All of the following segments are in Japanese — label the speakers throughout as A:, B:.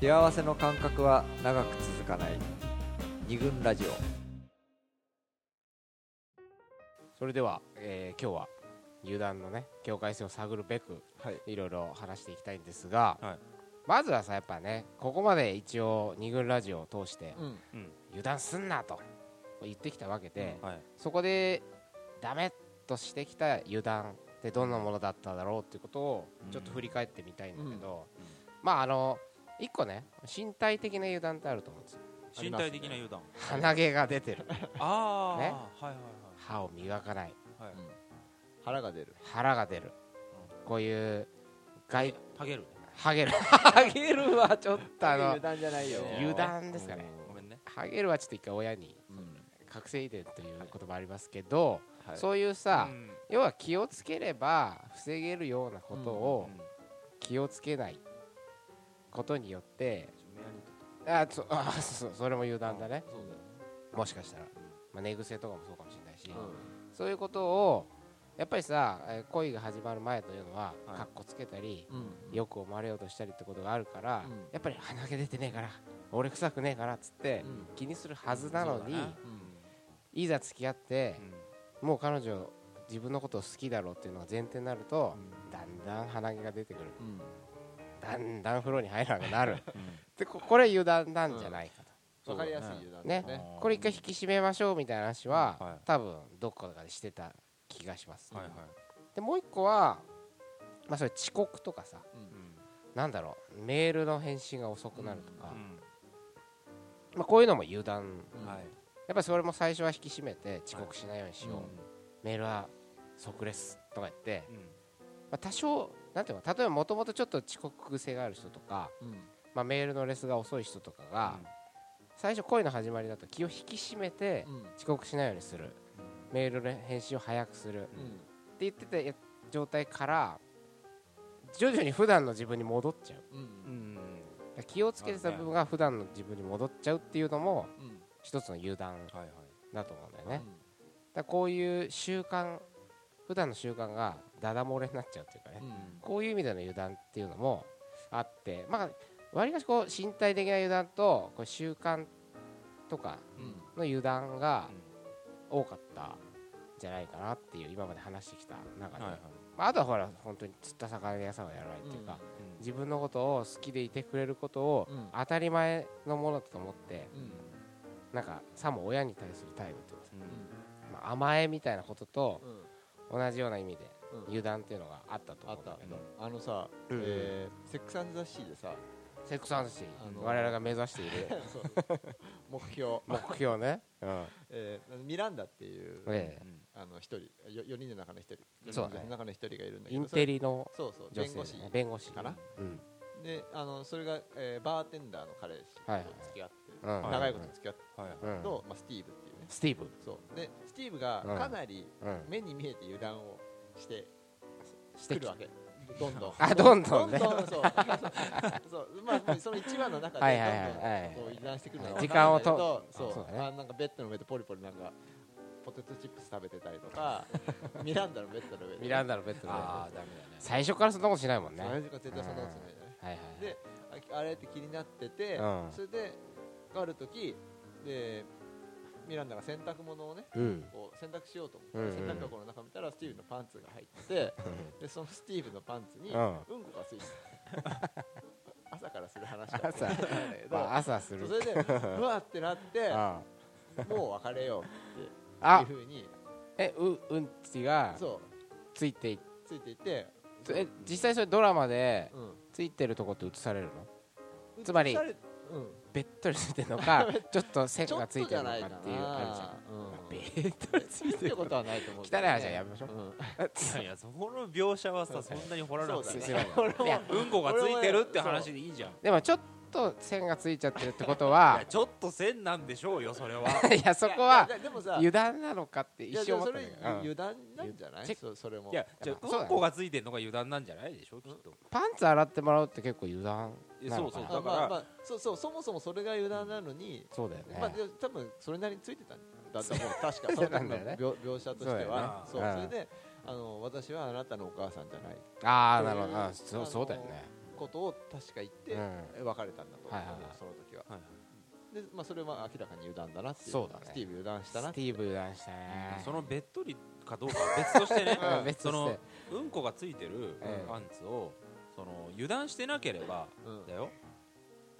A: 幸せの感覚は長く続かない二軍ラジオ
B: それでは、えー今日は入団のね境界線を探るべく、
A: はい
B: い、ろいろ話していきたいんですが、
C: はい
B: まずはさやっぱねここまで一応二軍ラジオを通して
A: うん
B: 油断すんなと言ってきたわけで、
C: はい、
B: そこでダメとしてきた油断ってどんなものだっただろうっていうことを
C: うん
B: ちょっと振り返ってみたいんだけど、
C: うんうん
B: まああの一個ね身体的な油断ってあると思うんですよ
C: 身体的な油断、
B: 鼻毛が出てる
C: ああ、
B: ね
C: はいはい
B: 歯を磨かない
C: はい、はい
A: うん腹が出る
B: 腹が出るこういう外
C: ハゲる
B: ハ ゲるハゲるはちょっとあの
A: 油断じゃないよ
B: 油断ですかね
C: ごめんね
B: ハゲるはちょっと一回親に
A: うん
B: 覚醒遺伝という言葉ありますけど、
A: はい
B: そういうさ、
C: うん
B: 要は気をつければ防げるようなことを
C: うん
B: 気をつけないことによって、
C: ちょ目やに
B: あそあそうそうそれも油断だね
C: そうだよ
B: もしかしたら、まあ、寝癖とかもそうかもしれないし、
A: う
B: そういうことをやっぱりさえー恋が始まる前というのは
C: はい
B: かっこつけたり、
A: ん
B: よく思われようとしたりってことがあるから、
A: うん
B: やっぱり鼻毛出てねえから俺臭くねえからっつって、
A: うん
B: 気にするはずなのに、
C: そうだな
B: うんいざ付き合って
C: う、ん
B: もう彼女自分のことを好きだろうっていうのが前提になると、
A: う
B: だんだん鼻毛が出てくる
A: うん
B: だんだん風呂に入らなくなる でここれ油断なんじゃないか
A: わかりやすい油断
B: と、ね
A: ですね
B: これ一回引き締めましょうみたいな話は、
C: うんはい
B: 多分どっかでしてた気がします、
C: はいはい
B: でもう一個はまあそれ遅刻とかさ
C: うん
B: なんだろうメールの返信が遅くなるとか、
C: う
B: まあ、こういうのも油断
A: うん
C: んはい
B: やっぱりそれも最初は引き締めて遅刻しないようにしよう、
C: うん
B: メールは即レスとか言って、
C: うん
B: まあ、多少なんていうの例えばもともとちょっと遅刻癖がある人とか、
A: うん
B: まあ、メールのレスが遅い人とかが、最初恋の始まりだと気を引き締めて
A: うん
B: 遅刻しないようにする、メールの返信を早くするって
A: うん
B: 言ってた状態から徐々に普段の自分に戻っちゃう
A: うん
C: うんうん
B: だから気をつけてた部分が普段の自分に戻っちゃうっていうのも
A: うん
B: 一つの油断
C: はいはい
B: だと思うんだよね、だからこういう習慣普段の習慣がダダ漏れになっちゃうっていうかね、
A: うん
B: こういう意味での油断っていうのもあってまあ割かしこう身体的な油断とこう習慣とか
A: うん
B: の油断が多かったんじゃないかなっていう今まで話してきた中で、
C: はいはい
B: まあ、あとはほら本当に釣った魚屋さんはやらないっていうか、
C: うん
B: 自分のことを好きでいてくれることを
A: うん
B: 当たり前のものだと思って
A: うん
B: なんかさも親に対する態度っていうか
C: うん
B: まあ、甘えみたいなことと
A: うん
B: 同じような意味で
A: うん
B: 油断っていうのがあったと思うんだけど、
A: あのさ
B: うん
A: えーセックスアンドザシーで さ
B: セックスアンドシー
A: あの
B: 我々が目指している
A: そう目標
B: 目標ね、うん
A: えーミランダっていう
B: え
C: うん
A: あの一人よ4人の中の一人
B: そう
A: 四
B: だね
A: 人の中の一人がいるんだ
B: え
A: け
B: イ
A: ど
B: ンテリの
A: それそうそう
B: 女
A: 弁
B: 性
A: 護士
B: ね弁護士
A: かな
B: うん
A: であのそれが、えーバーテンダーの彼氏
B: はい
A: と付き合ってる、
B: うん
C: はい
A: 長いこと付き合って
C: はいはい
B: うん
A: ると、まあ、スティーブっていうね
B: スティーブ、
A: そうでスティーブが
B: うん
A: かなり
B: うん、
A: 目に見えて油断をして
B: して
A: く
B: き
A: るわけどんどん
B: あどんどんね
A: どんどんそうそうまあもうその一話の中でどんどん
B: はいはいはいはい
A: こう油断してくるのが
B: 時間をと
A: わかるんだけど
B: あ
A: そ
B: そううだね
A: あなんかベッドの上でポリポリなんかポテトチップス食べてたりと かミランダのベッドの上で
B: ミラン
A: ダ
B: ダのベッドで
C: ああダメだね
B: 最初からそんなことしないもんね
A: ね
B: はい
A: 絶対そんなことないじゃない
B: はい
A: でああれって気になってて、
B: うん
A: それである時でミランダが洗濯物をね
B: うん
A: こう洗濯しようと
B: うん
A: 思
B: う
A: っ
B: ん
A: て、洗濯箱の中見たらスティーブのパンツが入っててでそのスティーブのパンツに
B: うん
A: うんこがついてた 朝からする話だった
B: 朝
A: んだけど
B: まあ朝す
A: そ
B: る
A: うそれでうわってなって
B: あ
A: もう別れようってい
B: あ
A: うふうに
B: えううんちが
A: そ
B: ついていう
A: ついていって
B: え実際それドラマで
A: うん
B: ついてるとこって映されるの
A: うん
B: つまり
A: 映されうん
B: べっとりついてる のかちょっと線
A: ちょ
B: が
A: っ
B: つ
A: と
B: い
A: じ
B: て
A: ゃ
B: るの
A: ない
B: か
A: か
B: っていう感じじゃん
A: なうん
B: べっとり つい
A: って
B: て
A: いう
B: る
A: ことはないと思うけど
B: 汚い話はやめましょう
A: うん
C: いやいやそこの描写はさそんなに掘らなく
A: そ
C: て
A: う
C: い
A: だ
C: い
A: ね
B: すいませんいや
C: うんこがついてるって話でいいじゃんい
B: でもちょっと線がついちゃってるってことは
C: やちょっと線なんでしょうよそれは
B: いやそこはい
A: やでもさ
B: 油断なのかって
A: い
B: 一
A: や
B: 生
A: でも
B: 思っ
A: それ
B: たんだけどうん
A: 油断なんじゃない
B: チェ
A: そそれも
C: いやじゃあ
B: そうだ
C: う
B: ね
C: んこがついてるのが油断なんじゃないでしょきっと
B: パンツ洗ってもらうって結構油断
C: いや
B: な
C: そ
B: の
C: う
B: か
C: そう
B: な
C: だ
A: あ
C: から、
A: まあまあそうそうそもそもそれが油断なのに
B: そうだよね、
A: まあ、で多分それなりについてたんだと思う確かその時
B: なん
A: の
B: だよね
A: 描描写としてはそ,、
C: そう
B: うだよね
A: それであの私はあなたのお母さんじゃない
B: ああなるほ
A: そういう
B: どあそうそうだよね
A: ことを確か言って
B: うん
A: 別れたんだと思う、
B: はいはいはい
A: その時は
C: はい
A: で、まあ、それは明らかに油断だなっていう
B: そうだね
A: スティーブ油断したな
B: ス
A: っ
B: テ
A: て
B: ィーブ油断したね
C: そのべっとりかどうかは別としてね
B: うん別と
C: そ
B: し
C: の
B: て
C: うんこがついてる
B: ええ
C: パンツをその油断してなければ
A: うん
C: だよ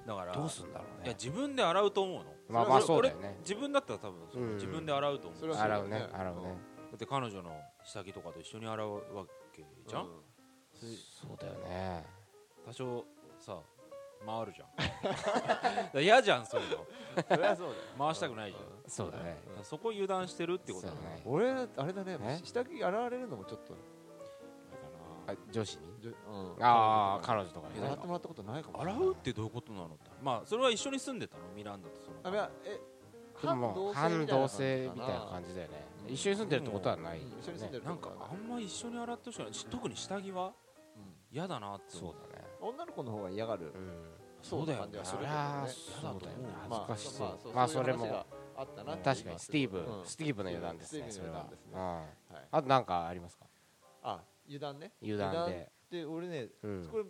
C: だから
B: どうすんだろう
C: いや
B: ね
C: 自分で洗うと思うの
B: まあまあそうだよね
C: 俺自分だったら多分そう
B: うん
C: 自分で洗うと思う
A: それ
C: だ
A: は
B: 洗うね
A: そうだ
B: 洗
A: よ
B: う
A: ね
B: ね
C: って彼女の下着とかと一緒に洗うわけじゃん
A: うん
B: そうだよね
C: 多少さ回るじゃんだから嫌じゃん そういうの
A: それはそうだよ
C: 回したくないじゃん
A: うん
C: だ
B: そうだね
C: からそこ油断してるってことだ
B: そうだね
A: 俺あれだね
B: え
A: 下着洗われるのもちょっと
B: あ女子に
A: じょうん
B: ああ
A: 彼
B: 彼女とか
A: 女
B: に
A: とか洗ってもらったことないかもしれない
C: 洗うってどういうことなのってまあそれは一緒に住んでたのミランダとその
A: あいやえ
B: でも
A: 半
B: 半
A: 同
B: 同
A: 棲
B: 棲
A: み
B: み
A: た
B: た
A: い
B: い
A: な
B: な感じだよね一緒に住んでるってことはない
A: う
B: よ
A: ん一緒に住んで
B: ね
A: る
C: なんかあんま一緒に洗ってほしくないし特に下着は
A: うん
C: 嫌だなって
B: そ
C: 思
B: うだね
A: 女の子の方が嫌がる
B: うん
A: そうな感じはす
B: そ
A: る
B: り
A: けど
B: ゃ
A: ね
B: そうだよね
A: ま
B: 恥
A: あ
B: ずかし
A: まあ
B: そうまあ
A: そう
B: そ
A: い
B: れ
A: う話
B: も
A: があったなって
B: 確かにスティーブ
A: うん
B: スティーブの油断ですね
A: ス
B: そ
A: ティーブの
B: れは
A: 油断ですね
B: うん
A: はい
B: あとなんかありますか
A: あ油断ね
B: 油断で
A: で俺ね
B: うん
A: これ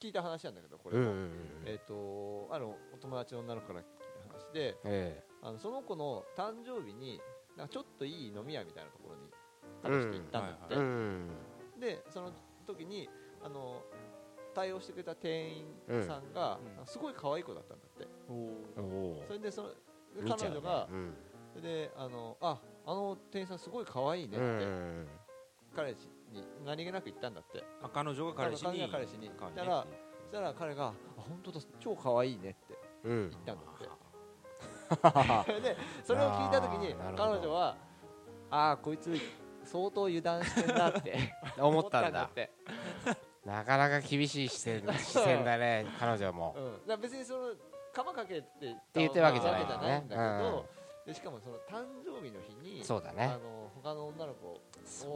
A: 聞いた話なんだけどこ
B: う
A: れ
B: んう
A: も
B: んうん
A: えっとあのお友達の女の子から聞いた話で
B: え
A: あのその子の誕生日になんかちょっといい飲み屋みたいなところに彼氏と行ったんだっ
B: え
A: て、
B: うん
A: でその時にあの対応してくれた店員さんが、
C: うん
A: すごい可愛い子だったんだって、
B: おお
A: それでそので
B: 見ち
A: 彼
B: ゃうね
A: 女が、
B: うん
A: それであのああの店員さんすごい可愛いねっ
B: う
A: て、
B: ん
A: 彼氏に何気なく言ったんだって
C: あ彼女が彼氏に
A: 彼女が彼氏に
C: 彼
A: だからそしたら彼があ「本当だ超可愛いね」って
B: うん
A: 言ったんだって
B: あ
A: それでそれを聞いた時に
B: あーなるほ
A: 彼女
B: ど
A: は「ああこいつ相当油断してんな」って
B: ー思った
A: だ
B: んだ
A: って、
B: なかなか厳しい視 線視線だね彼女も
A: うん、だから別にその釜かけって言っ
B: 言ってるわけじゃない
A: わ
B: ん
A: け
B: だ
A: じ
B: ね
A: ゃないんだけ
B: うんう
A: ど
B: ん、
A: でしかもその誕生日の日に
B: そうだね
A: あの他の女の子を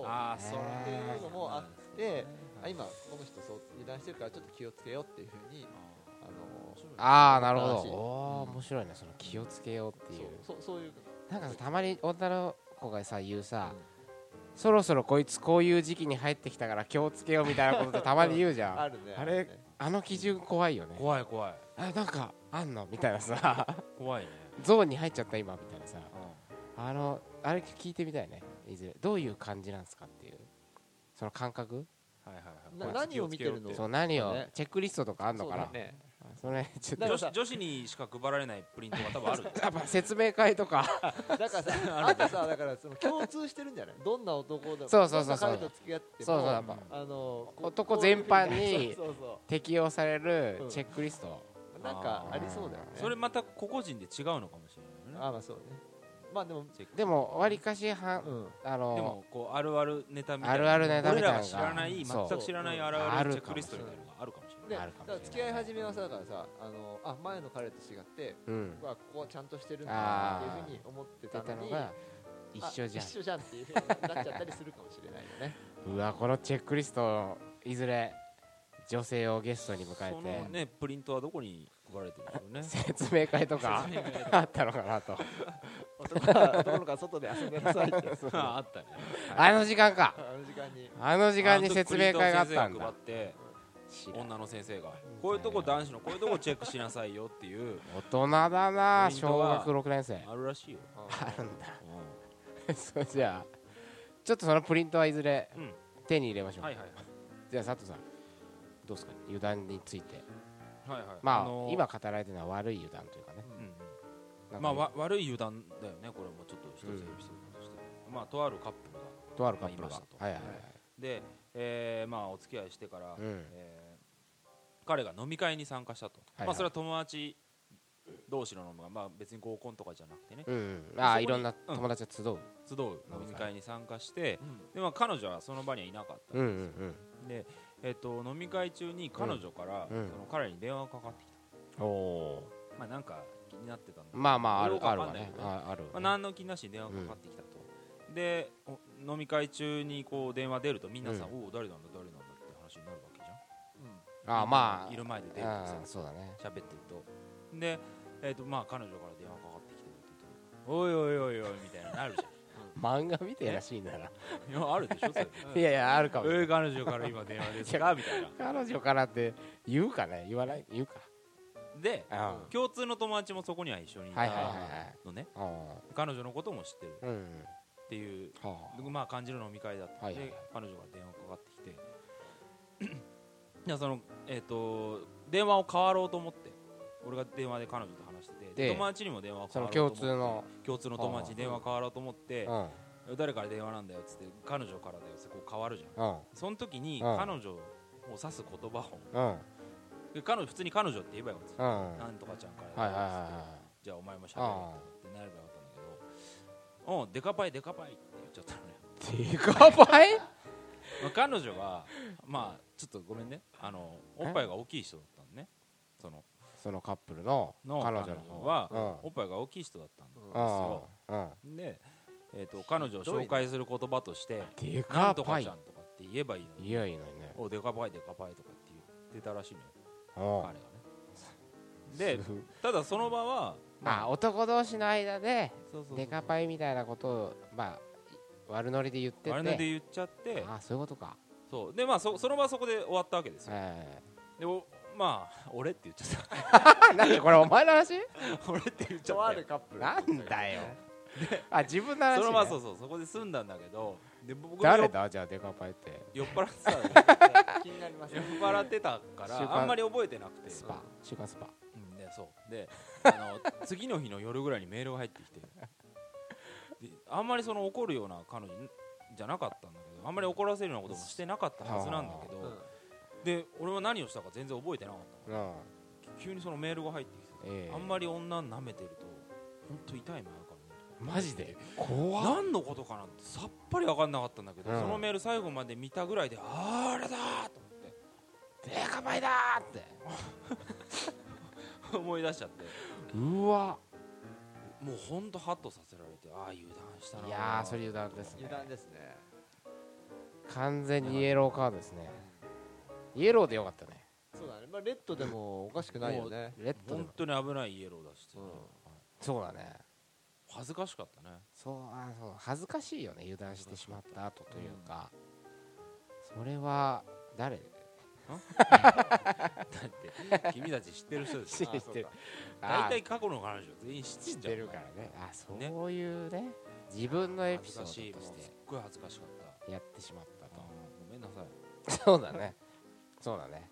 C: あーあー
B: ね
C: それ
A: っていうのもあってあ
C: あ
A: 今この人そう油断してるからちょっと気をつけようっていうふうにあの
B: ああなるほど
A: 話
B: おお
A: うん
B: 面白いねその気をつけようっていう
A: そうそうそういう
B: なんかさたまに女の子がさ言うさそろそろこいつこういう時期に入ってきたから気をつけようみたいなことってたまに言うじゃ ん
A: あるね
B: あ
A: る
B: れ
A: ね
B: あの基準怖いよね
C: 怖い怖い
B: あなんかあんのみたいなさ
C: 怖いね
B: ゾーンに入っちゃった今みたいなさあのあれ聞いてみたいねいずれどういう感じなんですかっていうその感覚
C: はいはい
A: な
C: はい
A: 何を見てるの
B: そう何
A: そう
B: を
A: ね
B: チェックリストとかあんの
A: そう
B: かな
A: だね
B: それちょっ
A: だか
C: 女
A: ら
B: と
A: さ
C: 子女子にしか配られないプリントが多分 ある
B: やっぱ説明会とか
A: だからさあとさだからその共通してるんじゃないどんな男だ
B: そうそうそうそう
A: どんな彼と付き合っても
B: そうそうやっぱ
A: あのこ
B: 男全般に
A: そうそ
B: 適用される
A: うん
B: チェックリスト
A: うなんかありそうだよね
C: それまた個々人で違うのかもしれないよね
A: あまあそうねまあでも
C: チェック
B: でもわりかしは
A: うんん
B: あ
C: で
B: の
C: もこうあるあるネタみたいな
B: あるあるネタみたいなのが
C: 俺らが知らない
B: そう
C: 全く知らない
A: そう
C: あるあるチェッ
B: あるか
C: ク
B: も
C: リ
B: し
C: ス
B: れ
C: ト
A: ない
C: みたいなのがあるかもしれない
A: でだか
B: あるかもしれ
A: ら
B: ない
A: 付き合い始めはさだからさあのあ前の彼と違って
B: うん
A: うわここはちゃんとしてるんだなっていうふうに思って
B: 出
A: た
B: た
A: の
B: の
A: に
B: が一
A: あ
B: 緒じゃん
A: 一緒じゃんっていうふうになっちゃったりするかもしれないよね
B: うわこのチェックリストいずれ女性をゲストに迎
C: その
B: え
C: ねプリントはどこに配られてるんでしょうね
B: て説明会とかあったのかなと
A: 男は男の子は外で遊んでなさいって
C: ああったね
B: あの時間か
A: あの時間に
B: あの時間に説明会があった
C: あの
B: ん
C: 時プリントを先生
B: だ
C: が配って
B: 知らん
C: 女の先生がこういうとこ男子のこういうとこチェックしなさいよっていう
B: 大人だな
C: プリン
B: 小
C: トは
B: 学6年生
C: あるらしいよ
B: あるんだ
C: う
B: そうじゃあちょっとそのプリントはいずれ
C: ん
B: 手に入れましょう
C: はいはいはい
B: じゃあ佐藤さんどうですか油断について
C: はいはい
B: まあ、
C: のー
B: 今語られてるのは悪い油断というかね
C: うんう
B: なん
C: ん
B: か
C: まあわ悪い油断だよねこれもちょっと一つエピソードとしてまあとあるカップルが
B: とあるカップルが
C: まあ
B: は
C: 今だ
B: い
C: と
B: はいはい
C: でえーまあお付き合いしてから
B: うん
C: えー彼が飲み会に参加したと
B: はい
C: まあそれは友達同士の飲むがまあ別に合コンとかじゃなくてね
B: うんうん
C: そ
B: あ
C: こ
B: あ
C: に
B: いろんな友達が集う
C: 集う飲み会に参加してでまあ彼女はその場にはいなかった
B: うんうん
C: で、えっと飲み会中に彼女から、
B: うんうん
C: その彼に電話がかかってき
B: うんおお
C: た、まあ、なんか気になってたんだけど
B: まあまあある
C: よく
B: あ
C: わ
B: る
C: か
B: わ
C: んない
B: ね
C: よね
B: あある
C: まあ、何の気なしに電話がかかってきたと、でお飲み会中にこう電話出るとみんなさ、
B: う
C: おお誰なんだ誰なんだって話になるわけじゃん
B: ああまあ
C: いる前で出るとさ
B: うんそうだね
C: 喋ってるとで、えっとまあ、彼女から電話かかってきてるって言うとおいおいおいおいみたいになるじゃん
B: 漫画みたいなシーンだな。
C: いやあるでしょそれ
B: いやいや、あるかもしれない。
C: えー彼女から今電話ですがみたいな
B: 彼女からって言うかね言わない言うか。
C: で
B: あ
C: 共通の友達もそこには一緒にい
B: はいはいはい
C: たのね
B: はい。
C: 彼女のことも知ってる
B: うん。うん。
C: っていう
B: はあ。
C: まあ感じる飲み会だった
B: は
C: ん
B: いはいはい
C: で彼女が電話かかってきて いやそのえっと電話を変わろうと思って俺が電話で彼女と話してて
B: で
C: で友達にも電話を
B: そ
C: 変
B: の共
C: わろうと
B: 通
C: 思って
B: の。
C: 共通の友達に電話変わろうと思って
B: うん。
C: 誰から電話なんだよっつって彼女からだよっつってこう変わるじゃん
B: うん。
C: その時に
B: うん
C: 彼女を指す言葉を
B: うん。
C: で彼女普通に彼女って言えばよっつって
B: うん。はい
C: なんとかちゃんから
B: はいはい
C: だよっつって
B: は
C: じゃあお前もしゃべってなればよかったんだけど「うんデカパイデカパイ」って言っちゃったのね
B: い。デカパイ
C: まあ彼女がまあちょっとごめんねあのおっぱいが大きい人だったのねその
B: そのカップルの
C: の
B: 彼女の
C: 彼
B: 方
C: 女は
B: うん
C: おっぱいが大きい人だったんで
A: うん
C: すよ
B: うんうん
C: で、えー、と彼女を紹介する言葉として
B: で
C: 「な
B: か
C: んと
B: パ
C: か
B: イ
C: ちゃん」とかって言えばいいのに
B: いやいいのにね
C: 「おデカパイデカパイ」とかって言ってたらしいのよ
B: うん
C: 彼がねでただその場はま
B: あ男同士の間で
C: そうそうそう
B: デカパイみたいなことをまあ悪ノリで言ってて
C: あれで言っちゃって
B: あそういうことか
C: そうでまあそその場はそこで終わったわけですよ
B: え
C: でおまあ俺って言っちゃっ
B: えなんでこれお前の話
C: た 俺って言っちゃ
A: と
C: っ
A: あ
C: た
A: る
C: よ
A: カップル
B: なんだよあ自分の話ね
C: そのままそうそうそこで済んだんだけどで僕が
B: 誰
C: 酔
B: だじゃあデカパイって
C: 酔っ払ってたん だけ
A: 気になります
C: ど酔
A: ね
C: っ払ってたか
B: 週刊
C: らあんまり覚えてなくて
B: スパ週刊スパ
C: うんねそうであの 次の日の夜ぐらいにメールが入ってきてであんまりその怒るような彼女じゃなかったんだけどあんまり怒らせるようなこともしてなかったはずなんだけど、で俺は何をしたか全然覚えてなかった
B: う
C: か
B: ん
C: ら急にそのメールが入ってきて、
B: ええ
C: あんまり女舐めてると本当痛い目あるからね
B: マジで怖っ
C: 何のことかなんてさっぱり分かんなかったんだけど、
B: うん
C: そのメール最後まで見たぐらいであーあれだーと
B: デカパイだーって
C: 思って 思い出しちゃって
B: うわ
C: もうほんとハッとさせられてああ油断したない
B: いやーそれ油断ですね
A: 油断ですね
B: 完全にイエローカードですねイエローでよかったね
A: そうだねまあレッドでもおかしくないよね
B: レッドで
C: 本
B: も
C: 当に危ないイエローだし、
A: うん
B: そうだね
C: 恥ずかしかったね
B: そうあそう恥ずかしいよね油断してしまった後というか、それは誰
C: だ って君たち知ってる人です
B: 知
C: よ
A: あ
B: っ
A: そう
B: てる
A: か
B: あ
C: 大体過去の彼女全員知って
B: 知
C: ん
B: っ
C: じゃん
B: てるからねあ
C: ね
B: そういうね自分のエピ
C: 恥ず
B: ソー
C: かしい
B: ド
C: も
B: と
C: う
B: し
C: すっごい恥ずかしかって
B: やってしまった
C: たあーごめんなさい、
B: とそうだねそうだね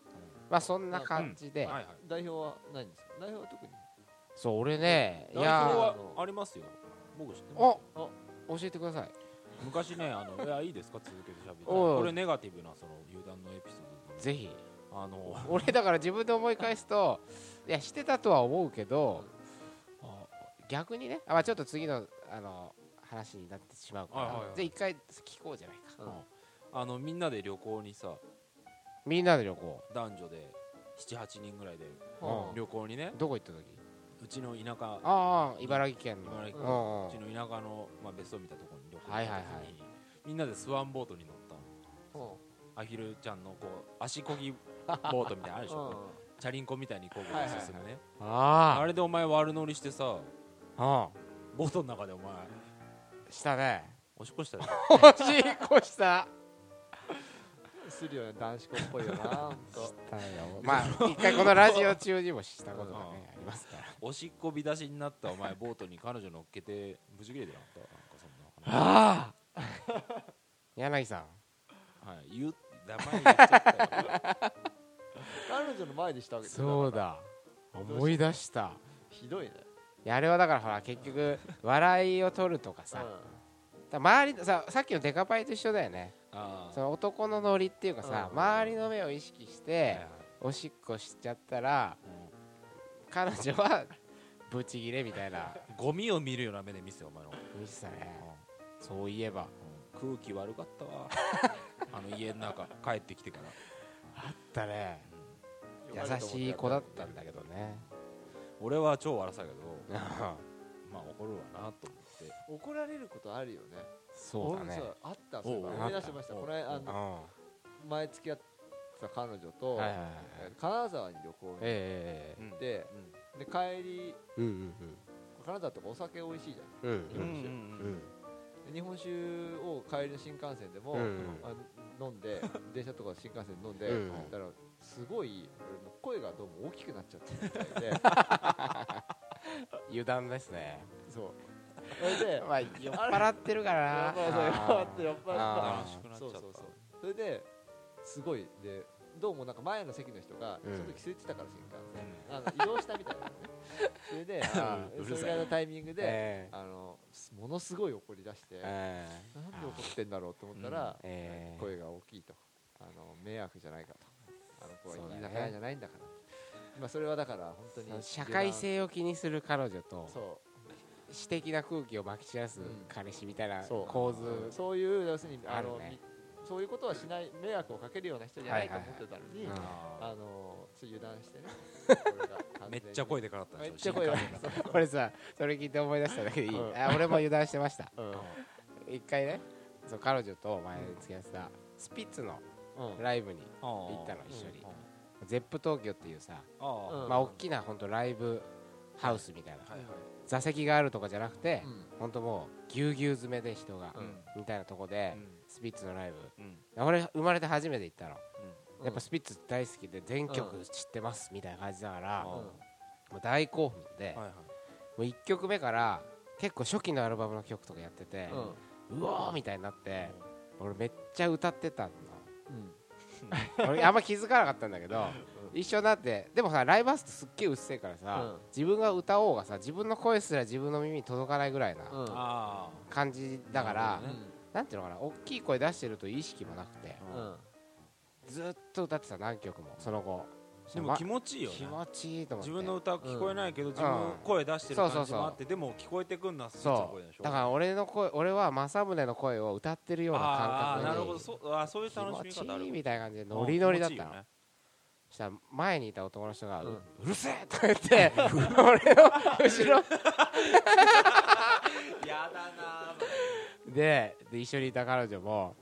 B: まあそんな感じで、
C: はいはい
A: 代表はないんですか代表は特に
B: そう俺ねい
C: 代
B: や
C: 表はありますよ僕知って
B: ー
C: ます
B: お教えてください
C: 昔ねあの「いやいいですか続けて喋って」
B: おう
C: これネガティブなその油断のエピソードで
B: ぜひ
C: あの
B: 俺だから自分で思い返すといやしてたとは思うけどあ逆にねあ、まあ、ちょっと次のあの話になってしまうから、
C: はいはいはい
B: じゃあ一回聞こうじゃないか、
A: うん
C: あのみんなで旅行にさ
B: みんなで旅行
C: 男女で78人ぐらいで
B: うん
C: 旅行にね
B: どこ行った時
C: うちの田舎
B: ああ茨城県の
C: 茨城
A: 県
B: うんうん
C: うちの田舎の、まあ、別荘みたいなところに旅行に行
B: は
C: っ
B: い
C: た時
B: はい
C: に、
B: はい
C: みんなでスワンボートに乗ったのアヒルちゃんのこう足こぎボートみたいなのあるでしょ、チャリンコみたいにこうこう進むね、あ
B: あ
C: れでお前悪乗りしてさ
B: あ
C: ボートの中でお前
B: うんした ね
C: おしっこしたよ
B: おしっこした
A: するよね男子校っぽ いよなほんと
B: したよまあ一回このラジオ中にもしたことがねありますから
C: おしっこび出しになったお前ボートに彼女乗っけて無事切れてなかったなんかそんな話
B: ああ柳さん
C: はい、言う名前言っちゃったよ
A: 彼女の前でしたわけだ
B: そうだ思い出した
A: ひどいね
B: いやあれはだからほら結局笑いを取るとかさ、だ周りのささっきのデカパイと一緒だよね
C: あ
B: その男のノリっていうかさ、
A: うん
B: 周りの目を意識し
C: う
B: ておしっこしちゃったら彼女は ブチギレみたいな
C: ゴミを見るような目で見せよお前の、
B: 見てたねそういえば
C: 空気悪かったわあの家の中帰ってきてから、
B: だね
C: うん
A: うん
B: 優しい子だったんだけどね
C: 俺は超悪さだけどまあ怒るわなと思って
A: 怒られることあるよね
B: そうだ
A: 俺
B: ね
A: もさあったそういえば
C: おう
A: 思い出しました
C: あっ
A: こ
C: た
A: れあ
B: うん
A: の
B: は
A: 前付き合ってた彼女
B: い
A: と
B: はいはい
A: えー金沢に旅行に行
B: えええ
C: うん
A: っ、てで帰り
B: えうんうん
A: 金沢ってお酒美味しいじゃん
B: うんうん
C: うんうんうん
B: うん
A: 日本酒を帰りの新幹線でも、
B: うん
A: あの飲ん で電車とか新幹線で飲んで、
B: うん
A: だからすごいあの声がどうも大きくなっちゃってるみたいで
B: 油断ですね
A: そうそれで
B: まあ酔っ払ってるから
A: や
B: な
A: ばいそうやばいってやばい
B: あ
C: 楽しくなっちゃ
A: そう
C: っ
A: そ
C: た
A: うそうそれですごいでどうもなんか前の席の人が
B: う
A: そ
B: ん
A: の時空いてたから新幹線、
C: う
A: あの移動したみたいなねそ れで
B: あ
C: ーう
A: そ
C: る
A: れ
C: さい
A: ぐらいのタイミングで、
B: え
A: あのものすごい怒り出して、
B: ええ
A: なんで怒ってんだろうと思ったら、
B: うんえー
A: 声が大きいとあの迷惑じゃないかとあの子
B: そうだ
A: は
B: ね
A: 居酒屋じゃないんだからまあそれはだから本当
B: その
A: に
B: 社会性を気にする彼女と
A: そ
B: 私的な空気をまき散らす彼氏みたいな
A: うそう
B: 構図
A: うんそういう要するにあの
B: あるね
A: みそういうことはしない迷惑をかけるような人じゃないと思ってたのに、
B: はいはいはい
C: あ
A: あのそう油断してね
C: ーめっちゃ
A: 濃い
C: 声でかかったん
A: め
C: で
A: っ
C: し
A: ち
C: ょ
A: ゃ声が
B: これさそれ聞いて思い出しただけでいい、
A: うん
B: あ俺も油断してました
A: うんうん
B: 一回ねそう彼女と前付き合ってたスピッツのライブに行ったの一緒に、ゼップ東京っていうさ、
C: あー
A: うん
B: まあ大きな本当ライブハウスみたいな、
C: はいはい
B: 座席があるとかじゃなくて、
A: うん
B: 本当もうぎゅうぎゅう詰めで人が、
A: うん
B: みたいなとこで、
C: うん
B: スピッツのライブ
C: うん
B: 俺生まれて初めて行ったの、
A: うん
B: やっぱスピッツ大好きで全曲知ってますみたいな感じだから、
C: うん
B: も
A: うん
B: う大興奮で、
C: はいはい
B: もう1曲目から結構初期のアルバムの曲とかやってて、
A: うん
B: うおーみたいになって、俺めっちゃ歌ってたの
A: うん
B: 俺あんま気づかなかったんだけ ど
A: うん
B: 一緒になってでもさライブハウスってすっげえうっせえから
A: う
B: さ、
A: ん
B: 自分が歌おうがさ自分の声すら自分の耳に届かないぐらいな
A: うん
C: あ
B: 感じだから、
C: なるほどね
B: なんていうのかな大きい声出してるという意識もなくて
A: うんうん
B: ずーっと歌ってた何曲もその後
C: ーでも
B: ま
C: 気持ちいいよね
B: 気持ちいいと思って
C: 自分の歌聞こえないけど自分の声出してる感じもあってでも聞こえてくんなスイッチの
B: そ
C: 声でしょ
B: うだから俺の声俺は政宗の声を歌ってるような感
C: ああ
B: 覚
C: ー
B: に
C: なるほどそうあーそういう楽しみ
B: 気持
C: 方あ
B: ちいい
C: る
B: みたいな感じで
C: うん
B: ノリノリだっ
C: 気持
B: た
C: ちいい
B: の
C: よね
B: そしたら前にいた男の人が「
A: う
B: うんるせえ!」とか言って 俺の後ろ
C: やだな
B: でで一緒にいた彼女も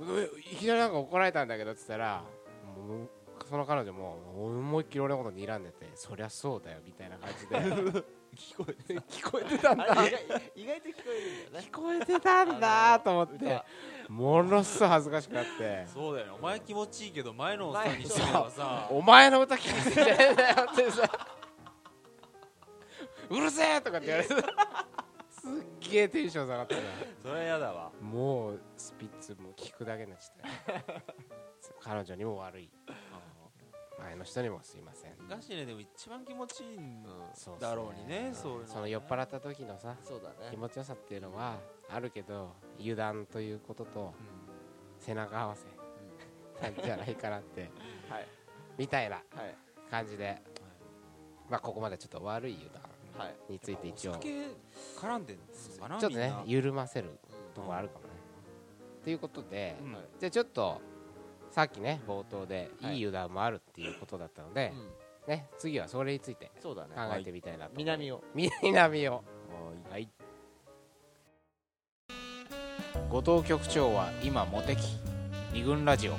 B: ういきなりなんか怒られたんだけどって言ったらもうその彼女も思いっきり俺のこと睨んでて「そりゃそうだよ」みたいな感じで
C: 聞こえて
B: 聞こえてたんだ
A: あれ意外意外と聞こえるんだよね
B: 聞こえてたんだと思ってものすごい恥ずかしくなって
C: そうだよねお前気持ちいいけど前のおっさんにしてみればさ
B: お前の歌聞かせてねえんだよって さうるせえとかって言われてたすっげえテンション下がったか
C: それはやだわ
B: らもうスピッツも聞くだけになっちゃった彼女にも悪い前の人にもすいません
C: ガシねでも一番気持ちいいん
A: うん
B: そうっす
C: だろうにねそういうのはね
B: その酔っ払った時のさ
A: そうだ
B: 気
A: ね
B: 持ちよさっていうのはあるけど油断ということと背中合わせなんじゃないかな って
A: はい
B: みたいな
A: はい
B: 感じでまあここまでちょっと悪い油断
A: はい
B: について一応
C: お酒絡んでんのかな
B: ちょっとね
C: みんな
B: 緩ませる
A: うん
B: とこあるかもね。ということで、
C: うん
A: はい
B: じゃあちょっとさっきね冒頭で
A: はい
B: いい油断もあるっていうことだったので、
A: うん
B: ね、次はそれについて
A: そうだね
B: 考えてみたいなと、
A: 南を
B: 南を
C: はい
B: 後藤局長は今モテ期二軍ラジオ